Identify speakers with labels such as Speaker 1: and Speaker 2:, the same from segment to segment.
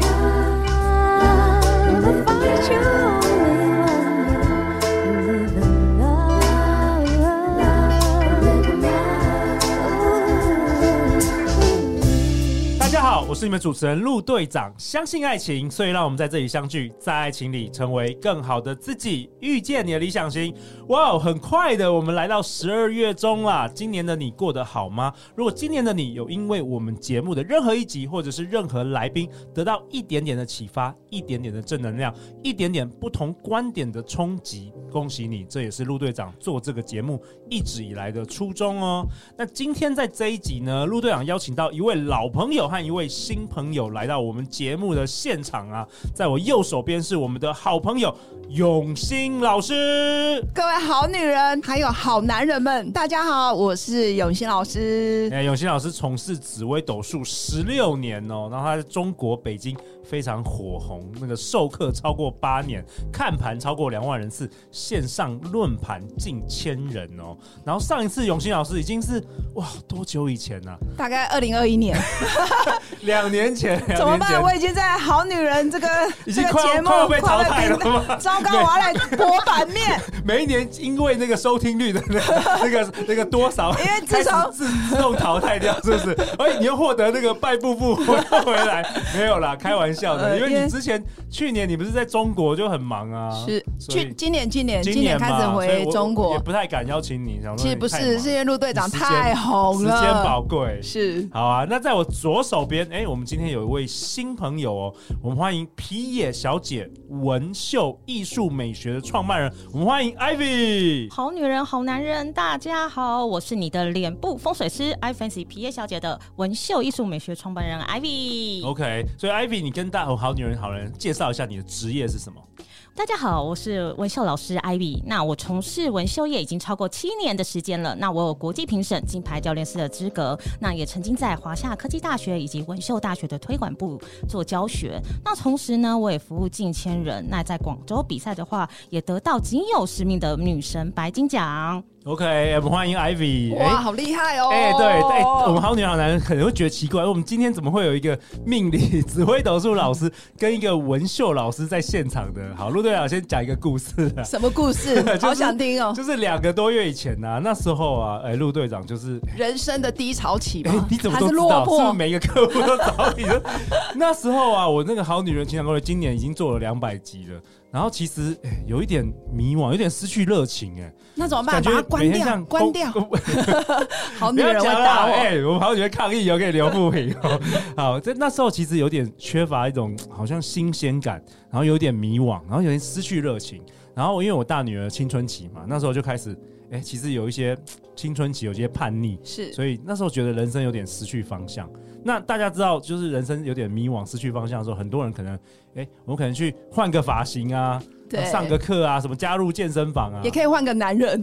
Speaker 1: Love, find you only one. Live in love, live in love.
Speaker 2: 大家好，我是你们主持人陆队长。相信爱情，所以让我们在这里相聚，在爱情里成为更好的自己，遇见你的理想型。哇哦，很快的，我们来到十二月中啦。今年的你过得好吗？如果今年的你有因为我们节目的任何一集，或者是任何来宾，得到一点点的启发，一点点的正能量，一点点不同观点的冲击，恭喜你，这也是陆队长做这个节目一直以来的初衷哦。那今天在这一集呢，陆队长邀请到一位老朋友和一位新朋友来到我们节目的现场啊，在我右手边是我们的好朋友永兴老师。
Speaker 3: 各位好女人，还有好男人们，大家好，我是永新老师。
Speaker 2: 哎，永兴老师从事紫微斗数十六年哦，然后他在中国北京非常火红，那个授课超过八年，看盘超过两万人次，线上论盘近千人哦。然后上一次永兴老师已经是哇多久以前呢、
Speaker 3: 大概二零二一年，
Speaker 2: 两年前，
Speaker 3: 怎么
Speaker 2: 两年前
Speaker 3: 办？我已经在《好女人》这个
Speaker 2: 已经
Speaker 3: 这个
Speaker 2: 快要
Speaker 3: 节目
Speaker 2: 快要被淘
Speaker 3: 快
Speaker 2: 汰了
Speaker 3: 屏
Speaker 2: 吗
Speaker 3: 糟糕，我要来博版 面，
Speaker 2: 每一年因为那个收听率的 那个那个那个多少，
Speaker 3: 因为
Speaker 2: 开
Speaker 3: 自
Speaker 2: 始
Speaker 3: 从
Speaker 2: 自自动淘汰掉，是不 是？而你又获得那个败部分回回 来，没有啦，开玩笑的，
Speaker 3: 呃
Speaker 2: 因为
Speaker 3: 因
Speaker 2: 你
Speaker 3: 为
Speaker 2: 之前去年你不是在中国就很忙啊，
Speaker 3: 是
Speaker 2: 所以
Speaker 3: 去今年今年
Speaker 2: 今年
Speaker 3: 开
Speaker 2: 嘛
Speaker 3: 始
Speaker 2: 所以
Speaker 3: 回
Speaker 2: 我
Speaker 3: 中
Speaker 2: 也
Speaker 3: 国，
Speaker 2: 不太敢邀请你，想说
Speaker 3: 其实
Speaker 2: 你
Speaker 3: 不
Speaker 2: 太
Speaker 3: 是，
Speaker 2: 忙
Speaker 3: 是因为陆队长
Speaker 2: 时间
Speaker 3: 太红
Speaker 2: 时间宝
Speaker 3: 了，
Speaker 2: 贵，
Speaker 3: 是
Speaker 2: 好啊，那在我左手边，哎、我们今天有一位新朋友哦，我们欢迎皮野小姐，文秀艺术美学的创办人，我们欢迎 Ivy。
Speaker 4: 好女人，好男人，大家好，我是你的脸部风水师 i Fancy 皮耶小姐的纹绣艺术美学创办人 Ivy。
Speaker 2: OK，所以 Ivy，你跟大红好女人好人介绍一下你的职业是什么？
Speaker 4: 大家好，我是纹绣老师 Ivy。那我从事纹绣业已经超过七年的时间了。那我有国际评审、金牌教练师的资格。那也曾经在华夏科技大学以及纹绣大学的推广部做教学。那同时呢，我也服务近千人。那在广州比赛的话，也得到仅有十名的女神白金奖。
Speaker 2: OK，我们欢迎 Ivy。
Speaker 3: 哇，
Speaker 2: 哎
Speaker 3: 好厉害哦！
Speaker 2: 哎、对，哎、我们好女人好男人可能会觉得奇怪，我们今天怎么会有一个命理紫微斗数老师跟一个文秀老师在现场的？好，陆队长先讲一个故事啊。
Speaker 3: 什么故事
Speaker 2: 就？是
Speaker 3: 好想听哦！
Speaker 2: 就是两个多月以前呐、那时候啊，哎、陆队长就是
Speaker 3: 人生的低潮期
Speaker 2: 哎、
Speaker 3: 吗？
Speaker 2: 你怎么
Speaker 3: 啊还
Speaker 2: 都
Speaker 3: 是
Speaker 2: 知
Speaker 3: 落
Speaker 2: 道？是不是
Speaker 3: 魄？
Speaker 2: 每个客户都找你的？那时候啊，我那个好女人情感攻略今年已经做了两百集了，然后其实、哎有一点迷惘，有点失去热情、
Speaker 3: 那怎么
Speaker 2: 哎，感
Speaker 3: 办？
Speaker 2: 觉
Speaker 3: 把它
Speaker 2: 每
Speaker 3: 关
Speaker 2: 天
Speaker 3: 掉，
Speaker 2: 像
Speaker 3: 关掉。
Speaker 2: 公
Speaker 3: 好
Speaker 2: 不
Speaker 3: 女
Speaker 2: 要
Speaker 3: 人会
Speaker 2: 讲了
Speaker 3: 打哦
Speaker 2: 啦，哎、
Speaker 3: 我。
Speaker 2: 我 们好久抗议，有给刘不平哦。好，在那时候其实有点缺乏一种好像新鲜感，然后有点迷惘，然后有点失去热情。然后因为我大女儿青春期嘛，那时候就开始，哎、其实有一些嘖青春期有一些叛逆，
Speaker 3: 是
Speaker 2: 所以那时候觉得人生有点失去方向。那大家知道，就是人生有点迷惘、失去方向的时候，很多人可能，哎、我们可能去换个发型啊，
Speaker 3: 对
Speaker 2: 上个课啊，什么加入健身房啊，
Speaker 3: 也可以换个男人，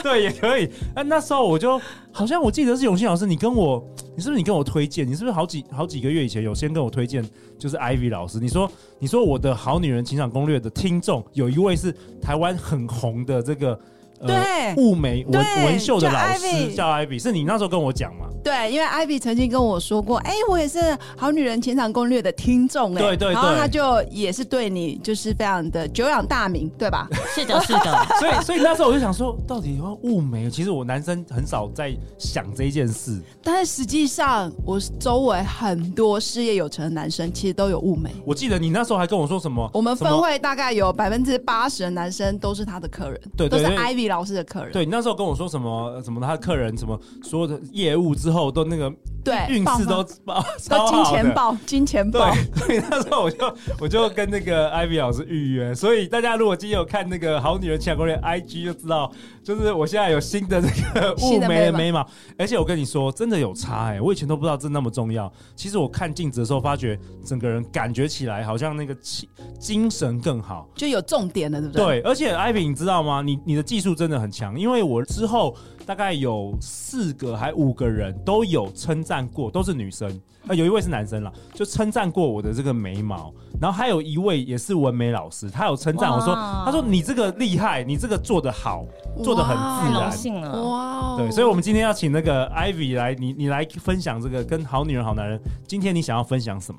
Speaker 2: 对，也可以。那那时候我就好像我记得是永信老师，你跟我，你是不是你跟我推荐？你是不是好几好几个月以前有先跟我推荐，就是 Ivy 老师？你说你说我的好女人情场攻略的听众有一位是台湾很红的这个呃
Speaker 3: 对
Speaker 2: 物美文
Speaker 3: 对
Speaker 2: 文秀的
Speaker 3: 叫
Speaker 2: 老师
Speaker 3: Ivy
Speaker 2: 叫 Ivy，是你那时候跟我讲嘛？
Speaker 3: 对，因为艾比曾经跟我说过，哎、我也是《好女人情场攻略》的听众、哎，
Speaker 2: 对对
Speaker 3: 然后
Speaker 2: 对
Speaker 3: 他就也是对你就是非常的久仰大名，对吧？
Speaker 4: 是的，是的。
Speaker 2: 所以所以那时候我就想说，到底要物美？其实我男生很少在想这一件事。
Speaker 3: 但是实际上，我周围很多事业有成的男生其实都有物美。
Speaker 2: 我记得你那时候还跟我说什么？
Speaker 3: 我们
Speaker 2: 什么
Speaker 3: 分会大概有百分之八十的男生都是他的客人，
Speaker 2: 对对
Speaker 3: 都是
Speaker 2: 对
Speaker 3: 艾比老师的客人，
Speaker 2: 对，你那时候跟我说什么呃什么他的客人什么所有的业务之后都那个
Speaker 3: 对
Speaker 2: 运
Speaker 3: 哎爆
Speaker 2: 势
Speaker 3: 发
Speaker 2: 都爆超
Speaker 3: 都
Speaker 2: 好
Speaker 3: 金
Speaker 2: 的
Speaker 3: 钱。豹，金钱豹。
Speaker 2: 对， 所以那时候我就我就跟那个艾比老师预约，所以大家如果今天有看那个《好女人情感攻略》IG 就知道，就是我现在有新的这个雾
Speaker 3: 新的
Speaker 2: 眉的眉
Speaker 3: 眉
Speaker 2: 毛，而且我跟你说，真的有差哎、我以前都不知道这那么重要。其实我看镜子的时候，发觉整个人感觉起来好像那个气精神更好，
Speaker 3: 就有重点了，对不对？
Speaker 2: 对，而且艾比，你知道吗？你你的技术真的很强，因为我之后大概有四个还五个人都有称赞过，都是女生，啊、有一位是男生啦，就称赞过我的这个眉毛。然后还有一位也是文美老师，他有称赞我说，
Speaker 4: 哇
Speaker 2: 他说你这个厉害，你这个做得好，做得很
Speaker 4: 太
Speaker 2: 自
Speaker 4: 荣
Speaker 2: 然。
Speaker 4: 幸了。
Speaker 3: 哇哦
Speaker 2: 对，所以，我们今天要请那个 Ivy 来，你你来分享这个跟好女人、好男人。今天你想要分享什么？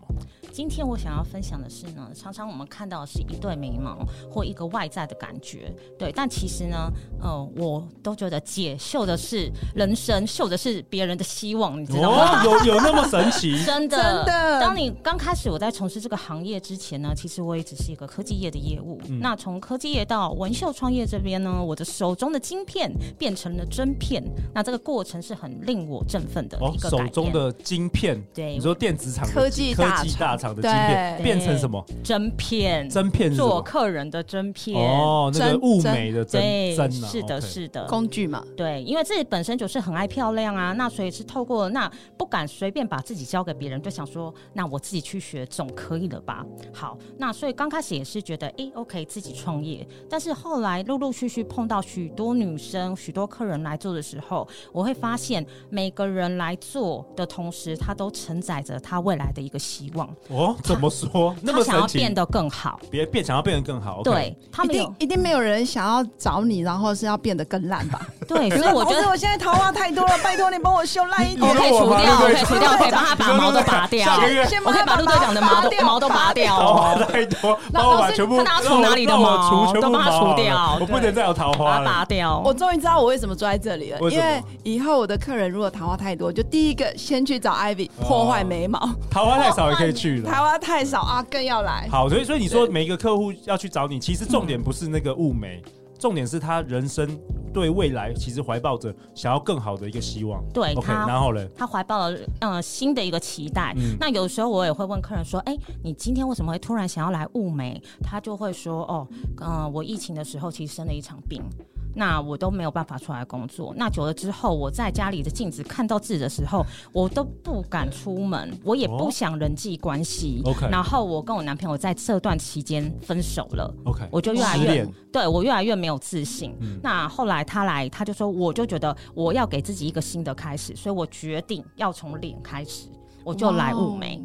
Speaker 4: 今天我想要分享的是呢，常常我们看到的是一对眉毛或一个外在的感觉，对，但其实呢，呃，我都觉得姐秀的是人生，秀的是别人的希望，你知道
Speaker 2: 哦，
Speaker 4: 吗？
Speaker 2: 有有那么神奇？
Speaker 4: 真的，
Speaker 3: 真的
Speaker 4: 当你刚开始我在从事这个行业之前呢，其实我也只是一个科技业的业务。
Speaker 2: 嗯
Speaker 4: 那从科技业到文秀创业这边呢，我的手中的晶片变成了针片，那这个过程是很令我振奋的
Speaker 2: 哦
Speaker 4: 一，个
Speaker 2: 手
Speaker 4: 改
Speaker 2: 晶
Speaker 4: 变。
Speaker 2: 片手中的晶片，
Speaker 4: 对
Speaker 2: 你说电子厂的
Speaker 3: 科技
Speaker 2: 科
Speaker 3: 大
Speaker 2: 技
Speaker 3: 厂
Speaker 2: 大厂的晶片
Speaker 3: 对
Speaker 2: 变成什么？
Speaker 4: 针片，
Speaker 2: 针片是什
Speaker 4: 做
Speaker 2: 么？
Speaker 4: 客人的针片。
Speaker 2: 哦，那个
Speaker 3: 针
Speaker 2: 物美的针
Speaker 4: 对，
Speaker 2: 针啊，
Speaker 4: 是的，
Speaker 2: OK
Speaker 4: 是的，
Speaker 3: 工具嘛，
Speaker 4: 对，因为自己本身就是很爱漂亮啊，那所以是透过那不敢随便把自己交给别人，就想说，那我自己去学总可以了吧？好，那所以刚开始也是觉得，诶 o k 自己创业，但是后来陆陆续续碰到许多女生、许多客人来做的时候，我会发现每个人来做的同时，他都承载着他未来的一个希望，
Speaker 2: 哦，怎么 说？那
Speaker 4: 他
Speaker 2: 么
Speaker 4: 想要
Speaker 2: 神
Speaker 4: 变
Speaker 2: 奇？
Speaker 4: 得更好，
Speaker 2: 别变，想要变得更好。OK
Speaker 4: 对他
Speaker 3: 一
Speaker 4: 们有
Speaker 3: 定一定没有人想要找你，然后是要变得更烂 吧？
Speaker 4: 对，所以我觉得
Speaker 3: 我现在头发太多了，拜托你帮我修烂一点。
Speaker 4: 我哦可以除
Speaker 2: 我吗
Speaker 4: 掉，我
Speaker 2: 对不
Speaker 4: 可以
Speaker 2: 对
Speaker 4: 除掉，我可以帮他把毛都拔 掉。
Speaker 2: 下个月
Speaker 3: 先
Speaker 4: 我可以把陆队长的毛都毛都拔掉。
Speaker 2: 桃花太多，
Speaker 4: 哦
Speaker 3: 老
Speaker 2: 帮我把
Speaker 3: 老师
Speaker 2: 全部
Speaker 4: 看他除哪里的
Speaker 2: 让我
Speaker 4: 毛
Speaker 2: 除全部
Speaker 4: 都帮他
Speaker 2: 毛
Speaker 4: 除
Speaker 2: 好了
Speaker 4: 掉
Speaker 2: 我不
Speaker 4: 对
Speaker 2: 能再有桃花
Speaker 4: 把它
Speaker 2: 了
Speaker 4: 拔。掉。
Speaker 3: 我终于知道我为什么坐在这里了，
Speaker 2: 为什
Speaker 3: 因
Speaker 2: 么
Speaker 3: 为以后我的客人如果桃花太多，就第一个先去找 Ivy
Speaker 2: 哦
Speaker 3: 破坏眉毛，
Speaker 2: 桃花太少也可以去
Speaker 3: 桃
Speaker 2: 了。
Speaker 3: 花太少啊更要
Speaker 4: 哎
Speaker 3: 来。
Speaker 2: 好，所以所以你说每一个客户要去找你，其实重点不是那个物美，
Speaker 4: 嗯
Speaker 2: 重点是他人生对未来其实怀抱着想要更好的一个希望。
Speaker 4: 对
Speaker 2: OK，
Speaker 4: 他
Speaker 2: 然后嘞，
Speaker 4: 他怀抱了呃新的一个期待。
Speaker 2: 嗯
Speaker 4: 那有时候我也会问客人说：“哎、你今天为什么会突然想要来雾眉？”他就会说：“哦，嗯、我疫情的时候其实生了一场病。”那我都没有办法出来工作。那久了之后，我在家里的镜子看到自己的时候，我都不敢出门，我也不
Speaker 2: 哦
Speaker 4: 想人际关系。
Speaker 2: OK
Speaker 4: 然后我跟我男朋友在这段期间分手了。
Speaker 2: OK，
Speaker 4: 我就越来
Speaker 2: 失
Speaker 4: 越
Speaker 2: 恋
Speaker 4: 对我越来越没有自信。
Speaker 2: 嗯
Speaker 4: 那后来他来，他就说，我就觉得我要给自己一个新的开始，所以我决定要从脸开始，我就来雾眉。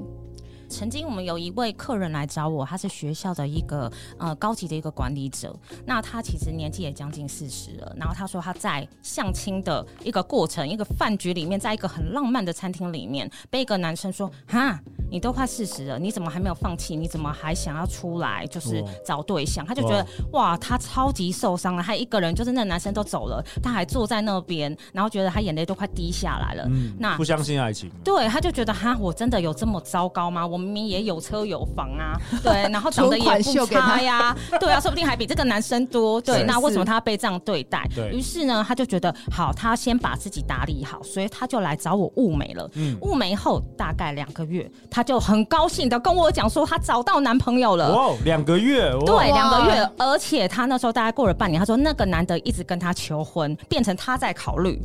Speaker 4: 曾经我们有一位客人来找我，他是学校的一个呃高级的一个管理者，那他其实年纪也将近四十了。然后他说他在相亲的一个过程，一个饭局里面，在一个很浪漫的餐厅里面，被一个男生说：“哈，你都快四十了，你怎么还没有放弃？你怎么还想要出来就是
Speaker 2: 哇
Speaker 4: 找对象？”他就觉得哇，他超级受伤了，他一个人就是那个男生都走了，他还坐在那边，然后觉得他眼泪都快滴下来了。
Speaker 2: 嗯
Speaker 4: 那
Speaker 2: 不相信爱情。
Speaker 4: 对，他就觉得哈，我真的有这么糟糕吗？我明明也有车有房 啊，对，然后长得也
Speaker 3: 存款
Speaker 4: 不
Speaker 3: 秀给他
Speaker 4: 差呀，对啊，说不定还比这个男 生多，对，
Speaker 3: 是
Speaker 4: 那为什么
Speaker 3: 是
Speaker 4: 他被这样对待？
Speaker 2: 对
Speaker 4: 于是呢，他就觉得好，他先把自己打理好，所以他就来找我物美了。
Speaker 2: 嗯
Speaker 4: 物美后大概两个月，他就很高兴的跟我讲说，他找到男朋友了。
Speaker 2: 哇，哦两个月，哇
Speaker 4: 对，两个月
Speaker 3: 哇，
Speaker 4: 而且他那时候大概过了半年，他说那个男的一直跟他求婚，变成他在考虑。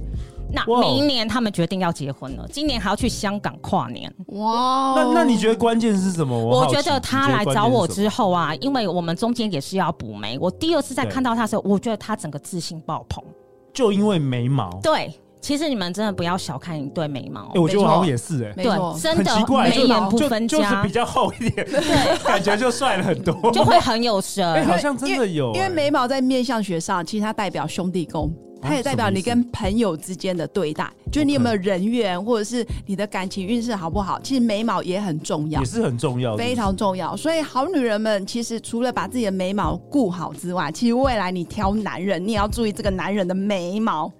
Speaker 4: 那
Speaker 2: 哇
Speaker 4: 明年他们决定要结婚了，今年还要去香港跨年。
Speaker 3: 哇哦，
Speaker 2: 那那你觉得关键是什么？
Speaker 4: 我
Speaker 2: 好奇
Speaker 4: 觉得他来找我之
Speaker 2: 你觉得关键是什么
Speaker 4: 后啊，因为我们中间也是要补眉，我第二次再看到他的时候，我觉得他整个自信爆棚。
Speaker 2: 就因为眉毛，
Speaker 4: 对，其实你们真的不要小看一对眉毛
Speaker 2: 哎，，我觉得我
Speaker 3: 没错
Speaker 2: 好像也是哎，
Speaker 3: 没错
Speaker 4: 对，，真
Speaker 2: 很奇
Speaker 4: 的
Speaker 2: 怪，
Speaker 4: 眉
Speaker 2: 就
Speaker 4: 眼不分
Speaker 2: 就就是
Speaker 4: 家
Speaker 2: 比，较厚一点， 感觉就帅了很多。
Speaker 4: 就会很有神。
Speaker 2: 哎，好像真的有，
Speaker 3: 因为
Speaker 2: 哎哦
Speaker 3: 眉毛在面相学上，其实它代表兄弟宫，它也代表你跟朋友之间的对待，就是你有没有人缘，或者是你的感情运势好不好，其实眉毛也很重要
Speaker 2: 也。是很重要的，
Speaker 3: 非常重要，所以好女人们其实除了把自己的眉毛顾好之外，其实未来你挑男人，你也要注意这个男人的眉毛。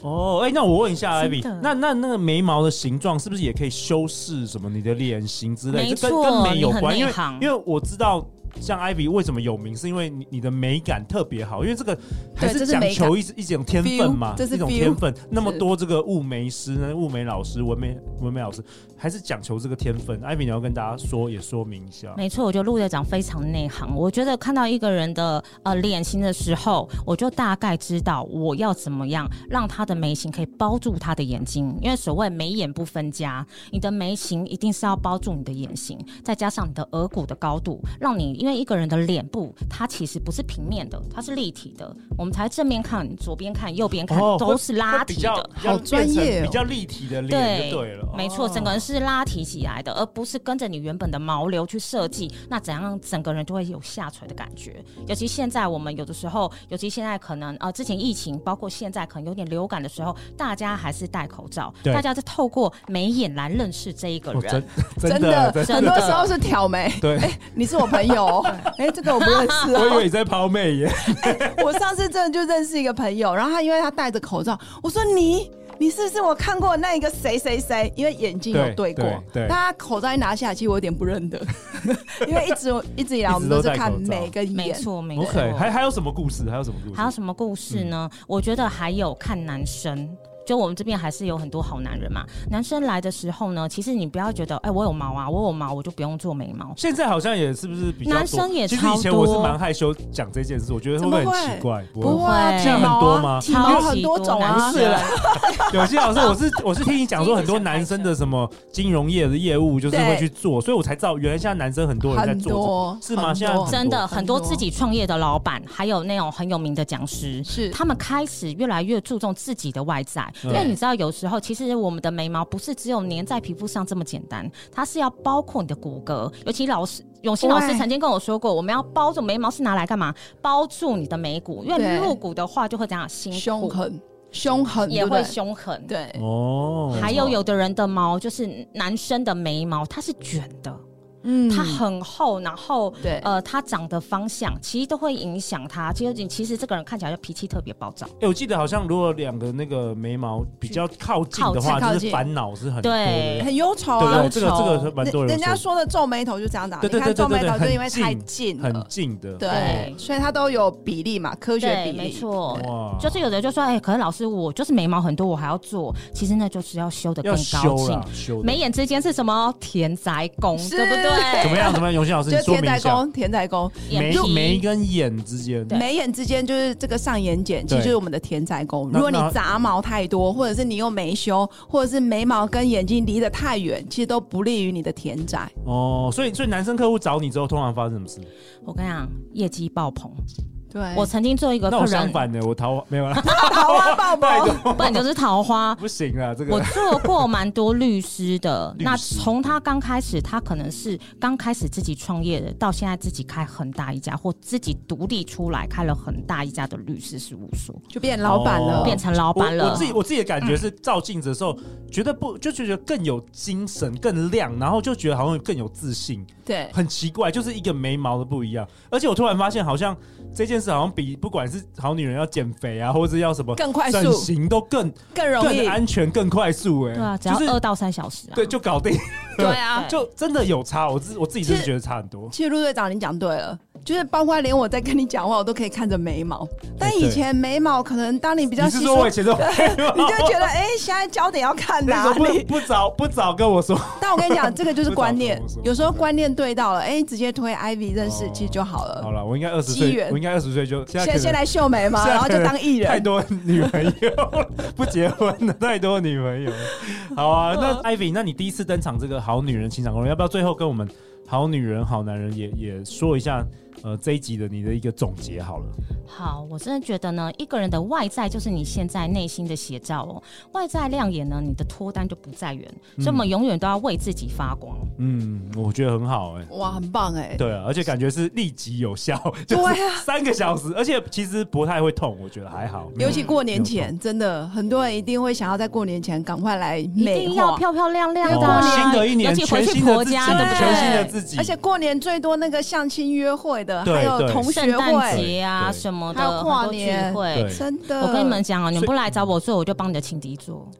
Speaker 2: 哦。哎，那我问一下艾
Speaker 4: 真
Speaker 2: 比
Speaker 4: 的，
Speaker 2: 那那那个眉毛的形状是不是也可以修饰什么你的脸型之类？
Speaker 4: 没
Speaker 2: 这跟
Speaker 4: 错
Speaker 2: 跟眉有
Speaker 4: 你
Speaker 2: 关，
Speaker 4: 很
Speaker 2: 因为
Speaker 4: 内行
Speaker 2: 因为我知道。像艾比为什么有名，是因为你你的美感特别好，因为这个还
Speaker 3: 对这是
Speaker 2: 讲
Speaker 3: 美感
Speaker 2: 求一一种天分嘛，
Speaker 3: Feel，这是
Speaker 2: 一种
Speaker 3: feel
Speaker 2: 天分。那么多这个物美师呢，物美老师、文美文美老师，还是讲求这个天分。艾比，你要跟大家说也说明一下。
Speaker 4: 没错，我觉得陆队长非常内行。我觉得看到一个人的呃脸型的时候，我就大概知道我要怎么样让他的眉形可以包住他的眼睛，因为所谓眉眼不分家，你的眉形一定是要包住你的眼型，再加上你的额骨的高度，让你因为一个人的脸部它其实不是平面的，它是立体的，我们才正面看、左边看、右边看、
Speaker 2: 哦
Speaker 4: 都是拉
Speaker 2: 比
Speaker 4: 提
Speaker 2: 较
Speaker 4: 的。
Speaker 3: 好专业哦
Speaker 2: 比较立体的脸
Speaker 4: 对，
Speaker 2: 就对了，哦
Speaker 4: 没错，整个人是拉提起来的，而不是跟着你原本的毛流去设计。
Speaker 2: 嗯
Speaker 4: 那怎样整个人就会有下垂的感觉？尤其现在我们有的时候，尤其现在可能呃之前疫情，包括现在可能有点流感的时候，大家还是戴口罩，
Speaker 2: 对
Speaker 4: 大家是透过眉眼来认识这一个
Speaker 2: 哦
Speaker 4: 人。
Speaker 2: 真
Speaker 3: 真
Speaker 2: 的
Speaker 3: 的
Speaker 2: 真
Speaker 4: 的
Speaker 3: 很多时候是挑眉。
Speaker 2: 对，
Speaker 3: 你是我朋 友哦，哎，这个我不认识
Speaker 2: 我以为
Speaker 3: 哦。
Speaker 2: 你在抛媚眼，
Speaker 3: 我上次真的就认识一个朋友，然后他因为他戴着口罩，我说你。你是不是我看过那一个谁谁谁？因为眼睛有对过，
Speaker 2: 对对对
Speaker 3: 但他口罩一拿下来，其实我有点 不认得，因为一直一直以来我们
Speaker 2: 一直都
Speaker 3: 都是
Speaker 2: 戴口罩
Speaker 3: 看眉跟
Speaker 4: 没
Speaker 3: 眼，
Speaker 4: 错， 没错。
Speaker 2: OK，还还有什么故事？还有什么故事？嗯
Speaker 4: 还有什么故事呢？我觉得还有看男生。就我们这边还是有很多好男人嘛，男生来的时候呢，其实你不要觉得，哎、我有毛啊，我有毛，我就不用做眉毛。
Speaker 2: 现在好像也是不是比较多
Speaker 4: 男生也
Speaker 2: 其实
Speaker 4: 超
Speaker 2: 以前我是
Speaker 4: 多
Speaker 2: 蛮害羞讲这件事，我觉得会
Speaker 3: 怎
Speaker 2: 不
Speaker 3: 么
Speaker 2: 会很
Speaker 3: 会
Speaker 2: 奇怪？不
Speaker 3: 不会啊，
Speaker 4: 不会
Speaker 3: 体
Speaker 2: 这样
Speaker 3: 毛
Speaker 2: 很多
Speaker 3: 啊
Speaker 2: 吗
Speaker 3: 体毛
Speaker 4: 超
Speaker 3: 很
Speaker 4: 级
Speaker 3: 多种啊，
Speaker 4: 多男生
Speaker 3: 啊
Speaker 2: 有些老师，我是我是听你讲说很多男生的什么金融业的业务就是会
Speaker 3: 对
Speaker 2: 去做，所以我才知道原来现在男生很多
Speaker 4: 啊
Speaker 2: 人在
Speaker 3: 很
Speaker 2: 做
Speaker 3: 多
Speaker 2: 是吗
Speaker 3: 很
Speaker 2: 现在
Speaker 3: 多
Speaker 2: 很
Speaker 4: 真的
Speaker 3: 多
Speaker 4: 很多
Speaker 3: 很多
Speaker 4: 自己创业的老板，还有那种很有名的讲师，
Speaker 3: 是
Speaker 4: 他们开始越来越注重自己的外在，
Speaker 2: 嗯
Speaker 4: 因为你知道，有时候其实我们的眉毛不是只有粘在皮肤上这么简单，它是要包括你的骨骼。尤其老师永新老师
Speaker 3: 对
Speaker 4: 曾经跟我说过，我们要包住眉毛是拿来干嘛？包住你的眉骨，因
Speaker 3: 对
Speaker 4: 为入骨的话就会怎样，辛
Speaker 3: 凶
Speaker 4: 苦，
Speaker 3: 狠，凶狠，
Speaker 4: 也
Speaker 3: 对不对
Speaker 4: 会凶狠。
Speaker 3: 对
Speaker 2: 这种。哦，
Speaker 4: 还有有的人的毛就是男生的眉毛，它是卷的，
Speaker 3: 嗯
Speaker 4: 它很厚，然后
Speaker 3: 对
Speaker 4: 呃，它长的方向其实都会影响它。其实你其实这个人看起来就脾气特别暴躁，
Speaker 2: 哎，我记得好像如果两个那个眉毛比较靠近的
Speaker 3: 靠近
Speaker 2: 话，就
Speaker 3: 靠
Speaker 2: 是
Speaker 3: 近
Speaker 2: 烦恼是很多的
Speaker 4: 对，
Speaker 3: 很忧愁
Speaker 2: 对不
Speaker 3: 啊
Speaker 2: 对？。这个这个是蛮多人
Speaker 3: 人人家
Speaker 2: 说
Speaker 3: 说的皱眉头就这样长，
Speaker 2: 对对
Speaker 3: 你
Speaker 2: 对对
Speaker 3: 看皱眉
Speaker 2: 对
Speaker 3: 头就
Speaker 2: 很
Speaker 3: 因为太
Speaker 2: 近
Speaker 3: 近
Speaker 2: 很
Speaker 3: 了，
Speaker 2: 近的，哦
Speaker 3: 对，所以它都有比例嘛，科学比
Speaker 4: 对，
Speaker 3: 例，
Speaker 4: 没错。
Speaker 2: 哇
Speaker 4: 就是有的就说，哎、可是老师，我就是眉毛很多，我还要做，其实那就是要修的更
Speaker 2: 要
Speaker 4: 高
Speaker 2: 修
Speaker 4: 兴
Speaker 2: 啦。，修的
Speaker 4: 眉眼之间是什么田宅宫，
Speaker 3: 是
Speaker 4: 对不对？
Speaker 2: 怎么样？怎么样？永新老师，
Speaker 3: 就
Speaker 2: 你
Speaker 3: 是
Speaker 2: 说
Speaker 3: 田
Speaker 2: 明
Speaker 3: 宅
Speaker 2: 一下，
Speaker 3: 宫，田宅宫，
Speaker 4: 眼
Speaker 2: 眉
Speaker 4: 皮
Speaker 2: 眉跟眼之间，
Speaker 3: 眉眼之间就是这个上眼睑，其
Speaker 2: 对
Speaker 3: 实就是我们的田宅宫。
Speaker 2: 那
Speaker 3: 如果你
Speaker 2: 那
Speaker 3: 杂毛太多，或者是你又没修，或者是眉毛跟眼睛离得太远，其实都不利于你的田宅。
Speaker 2: 哦，所以所以男生客户找你之后，通常发生什么事？
Speaker 4: 我跟你讲，业绩爆棚。
Speaker 3: 对，
Speaker 4: 我曾经做一个
Speaker 2: 那
Speaker 4: 客
Speaker 2: 我相
Speaker 4: 人，
Speaker 2: 反的，我桃花没有 啦，
Speaker 3: 桃花爆
Speaker 2: 太
Speaker 3: 棚，
Speaker 4: 不然就是桃花，
Speaker 2: 不行啊，这
Speaker 4: 我
Speaker 2: 个，
Speaker 4: 做过蛮多律师的
Speaker 2: 律师
Speaker 4: 那从他刚开始，他可能是刚开始自己创业的，到现在自己开很大一家，或自己独立出来开了很大一家的律师事务所，
Speaker 3: 就变老板
Speaker 2: 哦
Speaker 3: 了，
Speaker 4: 变成老
Speaker 2: 我
Speaker 4: 板了。
Speaker 2: 我自己我自己的感觉是，照镜子的时候，觉得不就觉得更有精神、更亮，然后就觉得好像更有自信，
Speaker 3: 对。
Speaker 2: 很奇怪，就是一个眉毛的不一样。而且我突然发现，好像这件事好像比不管是好女人要减肥啊，或者是要什么
Speaker 3: 更快
Speaker 2: 整
Speaker 3: 速，
Speaker 2: 形都更
Speaker 3: 更容易
Speaker 2: 更，安全、更快速、哎，
Speaker 4: 对啊，只
Speaker 2: 就
Speaker 4: 要
Speaker 2: 是
Speaker 4: 二到三小时啊。
Speaker 2: 对就搞定，
Speaker 3: 对啊
Speaker 4: 对。
Speaker 2: 就真的有差。我自我自己真的觉得差很多。
Speaker 3: 其实陆队长，你讲对了，就是包括连我在跟你讲话，我都可以看着眉毛。但以前眉毛可能当你比
Speaker 2: 哎你
Speaker 3: 较
Speaker 2: 是
Speaker 3: 细
Speaker 2: 说
Speaker 3: 说
Speaker 2: 我以，前都
Speaker 3: 你就觉得哎，现在焦点要看
Speaker 2: 那
Speaker 3: 哪
Speaker 2: 时候
Speaker 3: 里
Speaker 2: 不？不早不早跟我 说，
Speaker 3: 但我跟你讲，这个就是观念
Speaker 2: 不早跟我说，
Speaker 3: 有时候观念对到了，哎，直接推 Ivy 认识
Speaker 2: 哦
Speaker 3: 其实就好了
Speaker 2: 好。了，我应该二十
Speaker 3: 机
Speaker 2: 岁，
Speaker 3: 缘
Speaker 2: 我应该二十岁就现在可
Speaker 3: 先
Speaker 2: 能
Speaker 3: 先来秀眉毛，
Speaker 2: 现在
Speaker 3: 然后就
Speaker 2: 可能
Speaker 3: 当艺
Speaker 2: 太
Speaker 3: 人。
Speaker 2: 多女朋友了， 不结婚的太多女朋友了。好 啊，那 Ivy，那你第一次登场这个好女人情场攻略，要不要最后跟我们好女人、好男人也也说一下？呃，这一集的你的一个总结好了，
Speaker 4: 好，我真的觉得呢，一个人的外在就是你现在内心的写照哦。外在亮眼呢，你的脱单就不在远，所以我们永远都要为自己发光。
Speaker 2: 嗯，我觉得很好哎、
Speaker 3: 哇，很棒哎！
Speaker 2: 对啊，而且感觉是立即有效，就
Speaker 3: 对啊
Speaker 2: 是三个小时，而且其实不太会痛，我觉得还好，没有
Speaker 3: 尤其过年
Speaker 2: 没有
Speaker 3: 前，真的很多人一定会想要在过年前赶快来
Speaker 4: 一
Speaker 3: 美
Speaker 4: 定要
Speaker 3: 化。
Speaker 4: 漂漂亮亮的
Speaker 2: 痛。
Speaker 4: 啊、
Speaker 2: 哦新的一年
Speaker 4: 尤其
Speaker 2: 全
Speaker 4: 回去
Speaker 2: 新的
Speaker 4: 婆
Speaker 2: 自己，
Speaker 4: 家，对不对？
Speaker 2: 全新的自己，
Speaker 3: 而且过年最多那个相亲约会的，
Speaker 2: 对
Speaker 3: 还有
Speaker 2: 对
Speaker 3: 同
Speaker 4: 圣
Speaker 3: 学
Speaker 4: 诞
Speaker 3: 会，
Speaker 4: 节啊
Speaker 2: 对
Speaker 4: 什么的，
Speaker 3: 还有
Speaker 4: 很
Speaker 3: 跨
Speaker 4: 多
Speaker 3: 年
Speaker 4: 聚会。
Speaker 2: 对
Speaker 3: 真的。
Speaker 4: 我跟你们讲啊，你
Speaker 2: 所
Speaker 4: 们
Speaker 2: 以嗯
Speaker 4: 不来找我做，我就帮你的情敌做。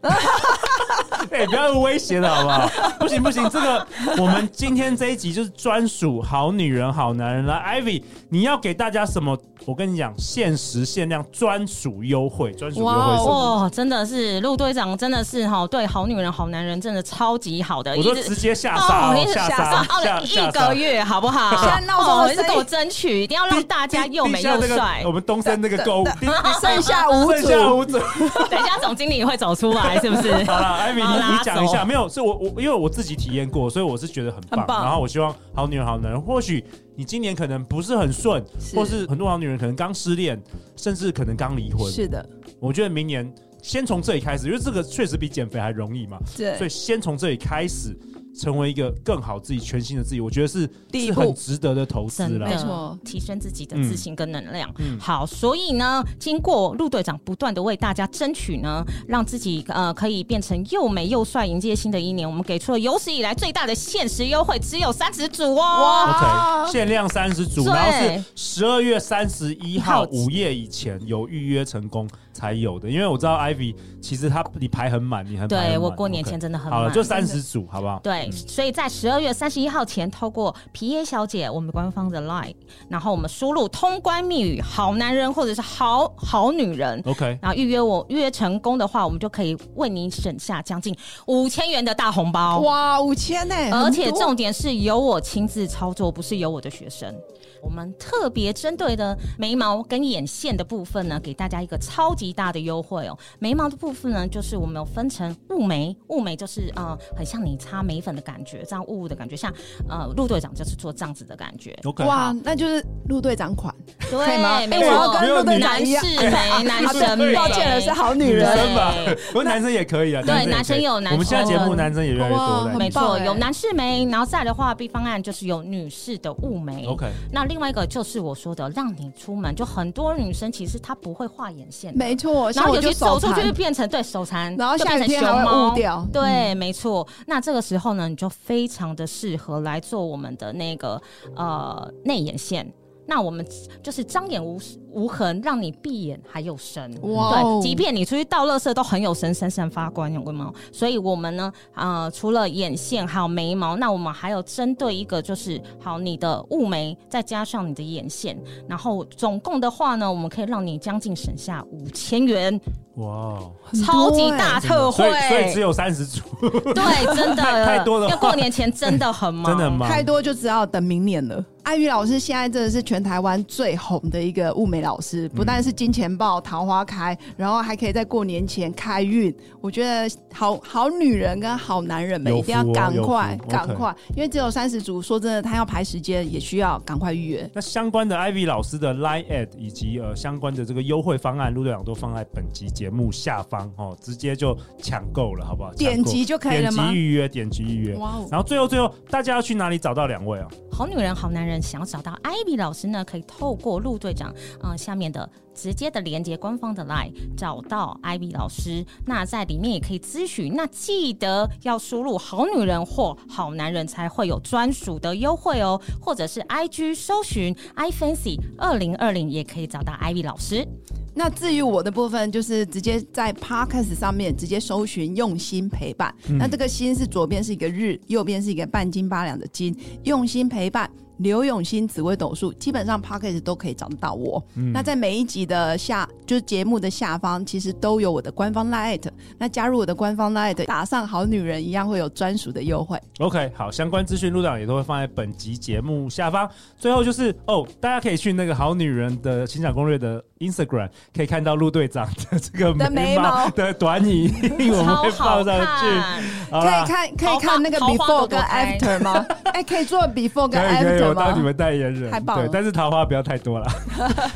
Speaker 2: 哎、不要用威胁的好不好？ 不行不行，这个我们今天这一集就是专属好女人、好男人来，Ivy，你要给大家什么？我跟你讲，限时限量专属优惠，专属优惠
Speaker 3: 哇
Speaker 2: 是什么？
Speaker 4: 哦，真的是陆队长，真的是哈，对好女人、好男人真的超级好的，
Speaker 2: 我说
Speaker 4: 一直
Speaker 2: 直接下杀、
Speaker 4: 哦
Speaker 2: 哦
Speaker 4: 一，直
Speaker 2: 下杀，
Speaker 4: 哦
Speaker 2: 下
Speaker 4: 一
Speaker 2: 下
Speaker 4: 个
Speaker 2: 杀。
Speaker 4: 月好不好？
Speaker 3: 现在闹钟
Speaker 4: 哦
Speaker 3: 声
Speaker 4: 一直给我争取，一定要让大家又美又
Speaker 2: 地下
Speaker 4: 帅
Speaker 2: 那个我。们东森那个 购物，地
Speaker 3: 剩下五
Speaker 2: 剩
Speaker 3: 组，
Speaker 2: 下五组。
Speaker 4: 等一下，总经理会走出来，是不是？
Speaker 2: 好了，艾米，你
Speaker 4: 要
Speaker 2: 你
Speaker 4: 拉
Speaker 2: 你讲一下，
Speaker 4: 走。
Speaker 2: 没有，是我我因为我自己体验过，所以我是觉得很棒。
Speaker 3: 很棒
Speaker 2: 然后我希望好女人好男人，或许你今年可能不是很顺，
Speaker 3: 是
Speaker 2: 或是很多好女人可能刚失恋，甚至可能刚离婚。
Speaker 3: 是的，
Speaker 2: 我觉得明年先从这里开始，因为这个确实比减肥还容易嘛，所
Speaker 3: 对
Speaker 2: 以先从这里开始。成为一个更好自己、全新的自己，我觉得是
Speaker 3: 第一
Speaker 2: 是
Speaker 3: 步
Speaker 2: 很值得的投资
Speaker 4: 真
Speaker 2: 啦。
Speaker 3: 没
Speaker 4: 的
Speaker 3: 错
Speaker 4: 提升自己的
Speaker 2: 嗯
Speaker 4: 自信跟能量。
Speaker 2: 嗯
Speaker 4: 好，所以呢，经过陆队长不断的为大家争取呢，让自己呃可以变成又美又帅，迎接新的一年。我们给出了有史以来最大的限时优惠，只有三十组哦。
Speaker 2: OK，限量三十组，
Speaker 4: 对
Speaker 2: 然后是十二月三十一号
Speaker 4: 一号起
Speaker 2: 午夜以前有预约成功才有的，因为我知道 Ivy 其实他你排很满，你很排很
Speaker 4: 对
Speaker 2: 满
Speaker 4: 我过年前
Speaker 2: OK
Speaker 4: 真的很
Speaker 2: 好了，
Speaker 4: 忙
Speaker 2: 就三十组好不好？
Speaker 4: 对，所以在十二月三十一号前，透过皮耶小姐我们官方的 LINE，然后我们输入通关密语“好男人”或者是好“好女人
Speaker 2: OK，”，
Speaker 4: 然后预约我预约成功的话，我们就可以为你省下将近五千元的大红包。
Speaker 3: 哇，五千呢，
Speaker 4: 而且
Speaker 3: 哎很多
Speaker 4: 重点是由我亲自操作，不是由我的学生。我们特别针对的眉毛跟眼线的部分呢，给大家一个超级大的优惠哦。眉毛的部分呢，就是我们有分成雾眉，雾眉就是呃，很像你擦眉粉的感觉，这样雾雾的感觉，像呃陆队长就是做这样子的感觉，
Speaker 2: OK，
Speaker 3: 哇，那就是陆队长款，可
Speaker 4: 对
Speaker 3: 以吗，
Speaker 4: 没
Speaker 3: 哎
Speaker 4: 错，
Speaker 3: 我要跟陆队长
Speaker 4: 男
Speaker 3: 一样啊
Speaker 4: 士 眉、哎男生眉，
Speaker 3: 抱歉了，是好女
Speaker 2: 女
Speaker 3: 人。
Speaker 2: 生吧，不过男生也可以啊，
Speaker 4: 对
Speaker 2: 也可以
Speaker 4: 男生也有男生
Speaker 2: 我们现在节目男生也越来越多
Speaker 3: 哇
Speaker 2: 了
Speaker 3: 很
Speaker 4: 没
Speaker 3: 棒
Speaker 4: 错，
Speaker 3: 哎
Speaker 4: 有男士眉，然后再来的话，B 方案就是有女士的雾眉。
Speaker 2: ，OK，
Speaker 4: 那另外一个就是我说的，让你出门，就很多女生其实她不会画眼线的，
Speaker 3: 没错，
Speaker 4: 然
Speaker 3: 像
Speaker 4: 后
Speaker 3: 我
Speaker 4: 尤其
Speaker 3: 手
Speaker 4: 走出去就
Speaker 3: 残
Speaker 4: 变成对手残，
Speaker 3: 然后
Speaker 4: 就
Speaker 3: 下雨
Speaker 4: 变成
Speaker 3: 天还会
Speaker 4: 熊猫
Speaker 3: 雾掉嗯
Speaker 4: 对，没错。那这个时候呢，你就非常的适合来做我们的那个呃内眼线。那我们就是张眼无无痕，让你闭眼还有神。
Speaker 3: 哇哦
Speaker 4: 对，即便你出去倒垃圾都很有神，闪闪发光，有没有？所以我们呢，啊，除了眼线还有眉毛，那我们还有针对一个就是好你的雾眉，再加上你的眼线，然后总共的话呢，我们可以让你将近省下五千元，
Speaker 2: 哇，
Speaker 3: 很
Speaker 4: 超
Speaker 3: 多
Speaker 4: 级
Speaker 3: 欸
Speaker 4: 大特惠
Speaker 2: 所以。所以只有三十组，
Speaker 4: 对， 真的
Speaker 2: 太太多了
Speaker 4: 要过年前真的很忙，
Speaker 2: 真的很忙，
Speaker 3: 太多就只好等明年了。艾雨老师现在真的是全台湾最红的一个物美老师，不但是金钱豹、桃花开，然后还可以在过年前开运。我觉得好好女人跟好男人们
Speaker 2: 有
Speaker 3: 一定要
Speaker 2: 福哦
Speaker 3: 赶
Speaker 2: 有
Speaker 3: 快
Speaker 2: 福
Speaker 3: 赶
Speaker 2: OK
Speaker 3: 快，因为只有三十组，说真的，他要排时间也需要赶快预约。
Speaker 2: 那相关的 Ivy 老师的 Line at 以及呃相关的这个优惠方案，陆队长都放在本集节目下方哦，直接就抢购了，好不好？
Speaker 3: 点
Speaker 2: 抢购
Speaker 3: 击就可以了吗
Speaker 2: 点击预约，点击预约。
Speaker 3: 哇哦！
Speaker 2: 然后最后最后，大家要去哪里找到两位啊？
Speaker 4: 好女人、好男人想要找到艾比老师呢，可以透过陆队长呃下面的直接的连接官方的 LINE 找到艾比老师。那在里面也可以咨询，那记得要输入“好女人”或“好男人”才会有专属的优惠哦，或者是 IG 搜寻 iFancy 二零二零也可以找到艾比老师。
Speaker 3: 那至于我的部分，就是直接在 Podcast 上面直接搜寻“用心陪伴”嗯
Speaker 2: 嗯
Speaker 3: 那这个“心”是左边是一个日，右边是一个半斤八两的“斤”，用心陪伴。刘永新紫微斗数，基本上 p o c k e t 都可以找得到我。
Speaker 2: 嗯
Speaker 3: 那在每一集的下，就是节目的下方，其实都有我的官方 Lite。那加入我的官方 Lite，打上“好女人”一样会有专属的优惠。
Speaker 2: OK，好，相关资讯陆长也都会放在本集节目下方。最后就是哦，大家可以去那个好女人的情场攻略的 Instagram，可以看到陆队长的这个
Speaker 3: 的眉
Speaker 2: 毛
Speaker 3: 毛
Speaker 2: 的短影音， 我们
Speaker 4: 超
Speaker 2: 会放
Speaker 4: 好
Speaker 2: 上去。
Speaker 4: 看，
Speaker 2: 好
Speaker 3: 可
Speaker 2: 啦
Speaker 3: 以看，可以
Speaker 4: 桃花
Speaker 3: 看那个
Speaker 4: 桃花
Speaker 3: before
Speaker 4: 朵朵
Speaker 3: 跟
Speaker 4: 开
Speaker 3: after 吗？哎、可以做
Speaker 2: 可
Speaker 3: before 跟
Speaker 2: 以可以，
Speaker 3: after
Speaker 2: 我当你
Speaker 3: 吗？
Speaker 2: 们代言人，
Speaker 3: 太棒了
Speaker 2: 对，但是桃花不要太 多了。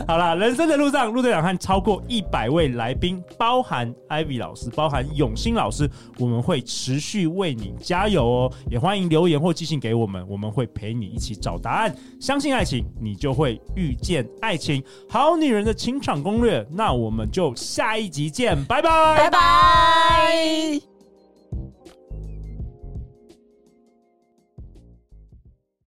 Speaker 2: 好啦，人生的路上，陆队长和超过一百位来宾，包含 Ivy 老师，包含永兴老师，我们会持续为你加油哦。也欢迎留言或寄信给我们，我们会陪你一起找答案。相信爱情，你就会遇见爱情。好女人的情场攻略，那我们就下一集见，拜拜
Speaker 3: 拜拜。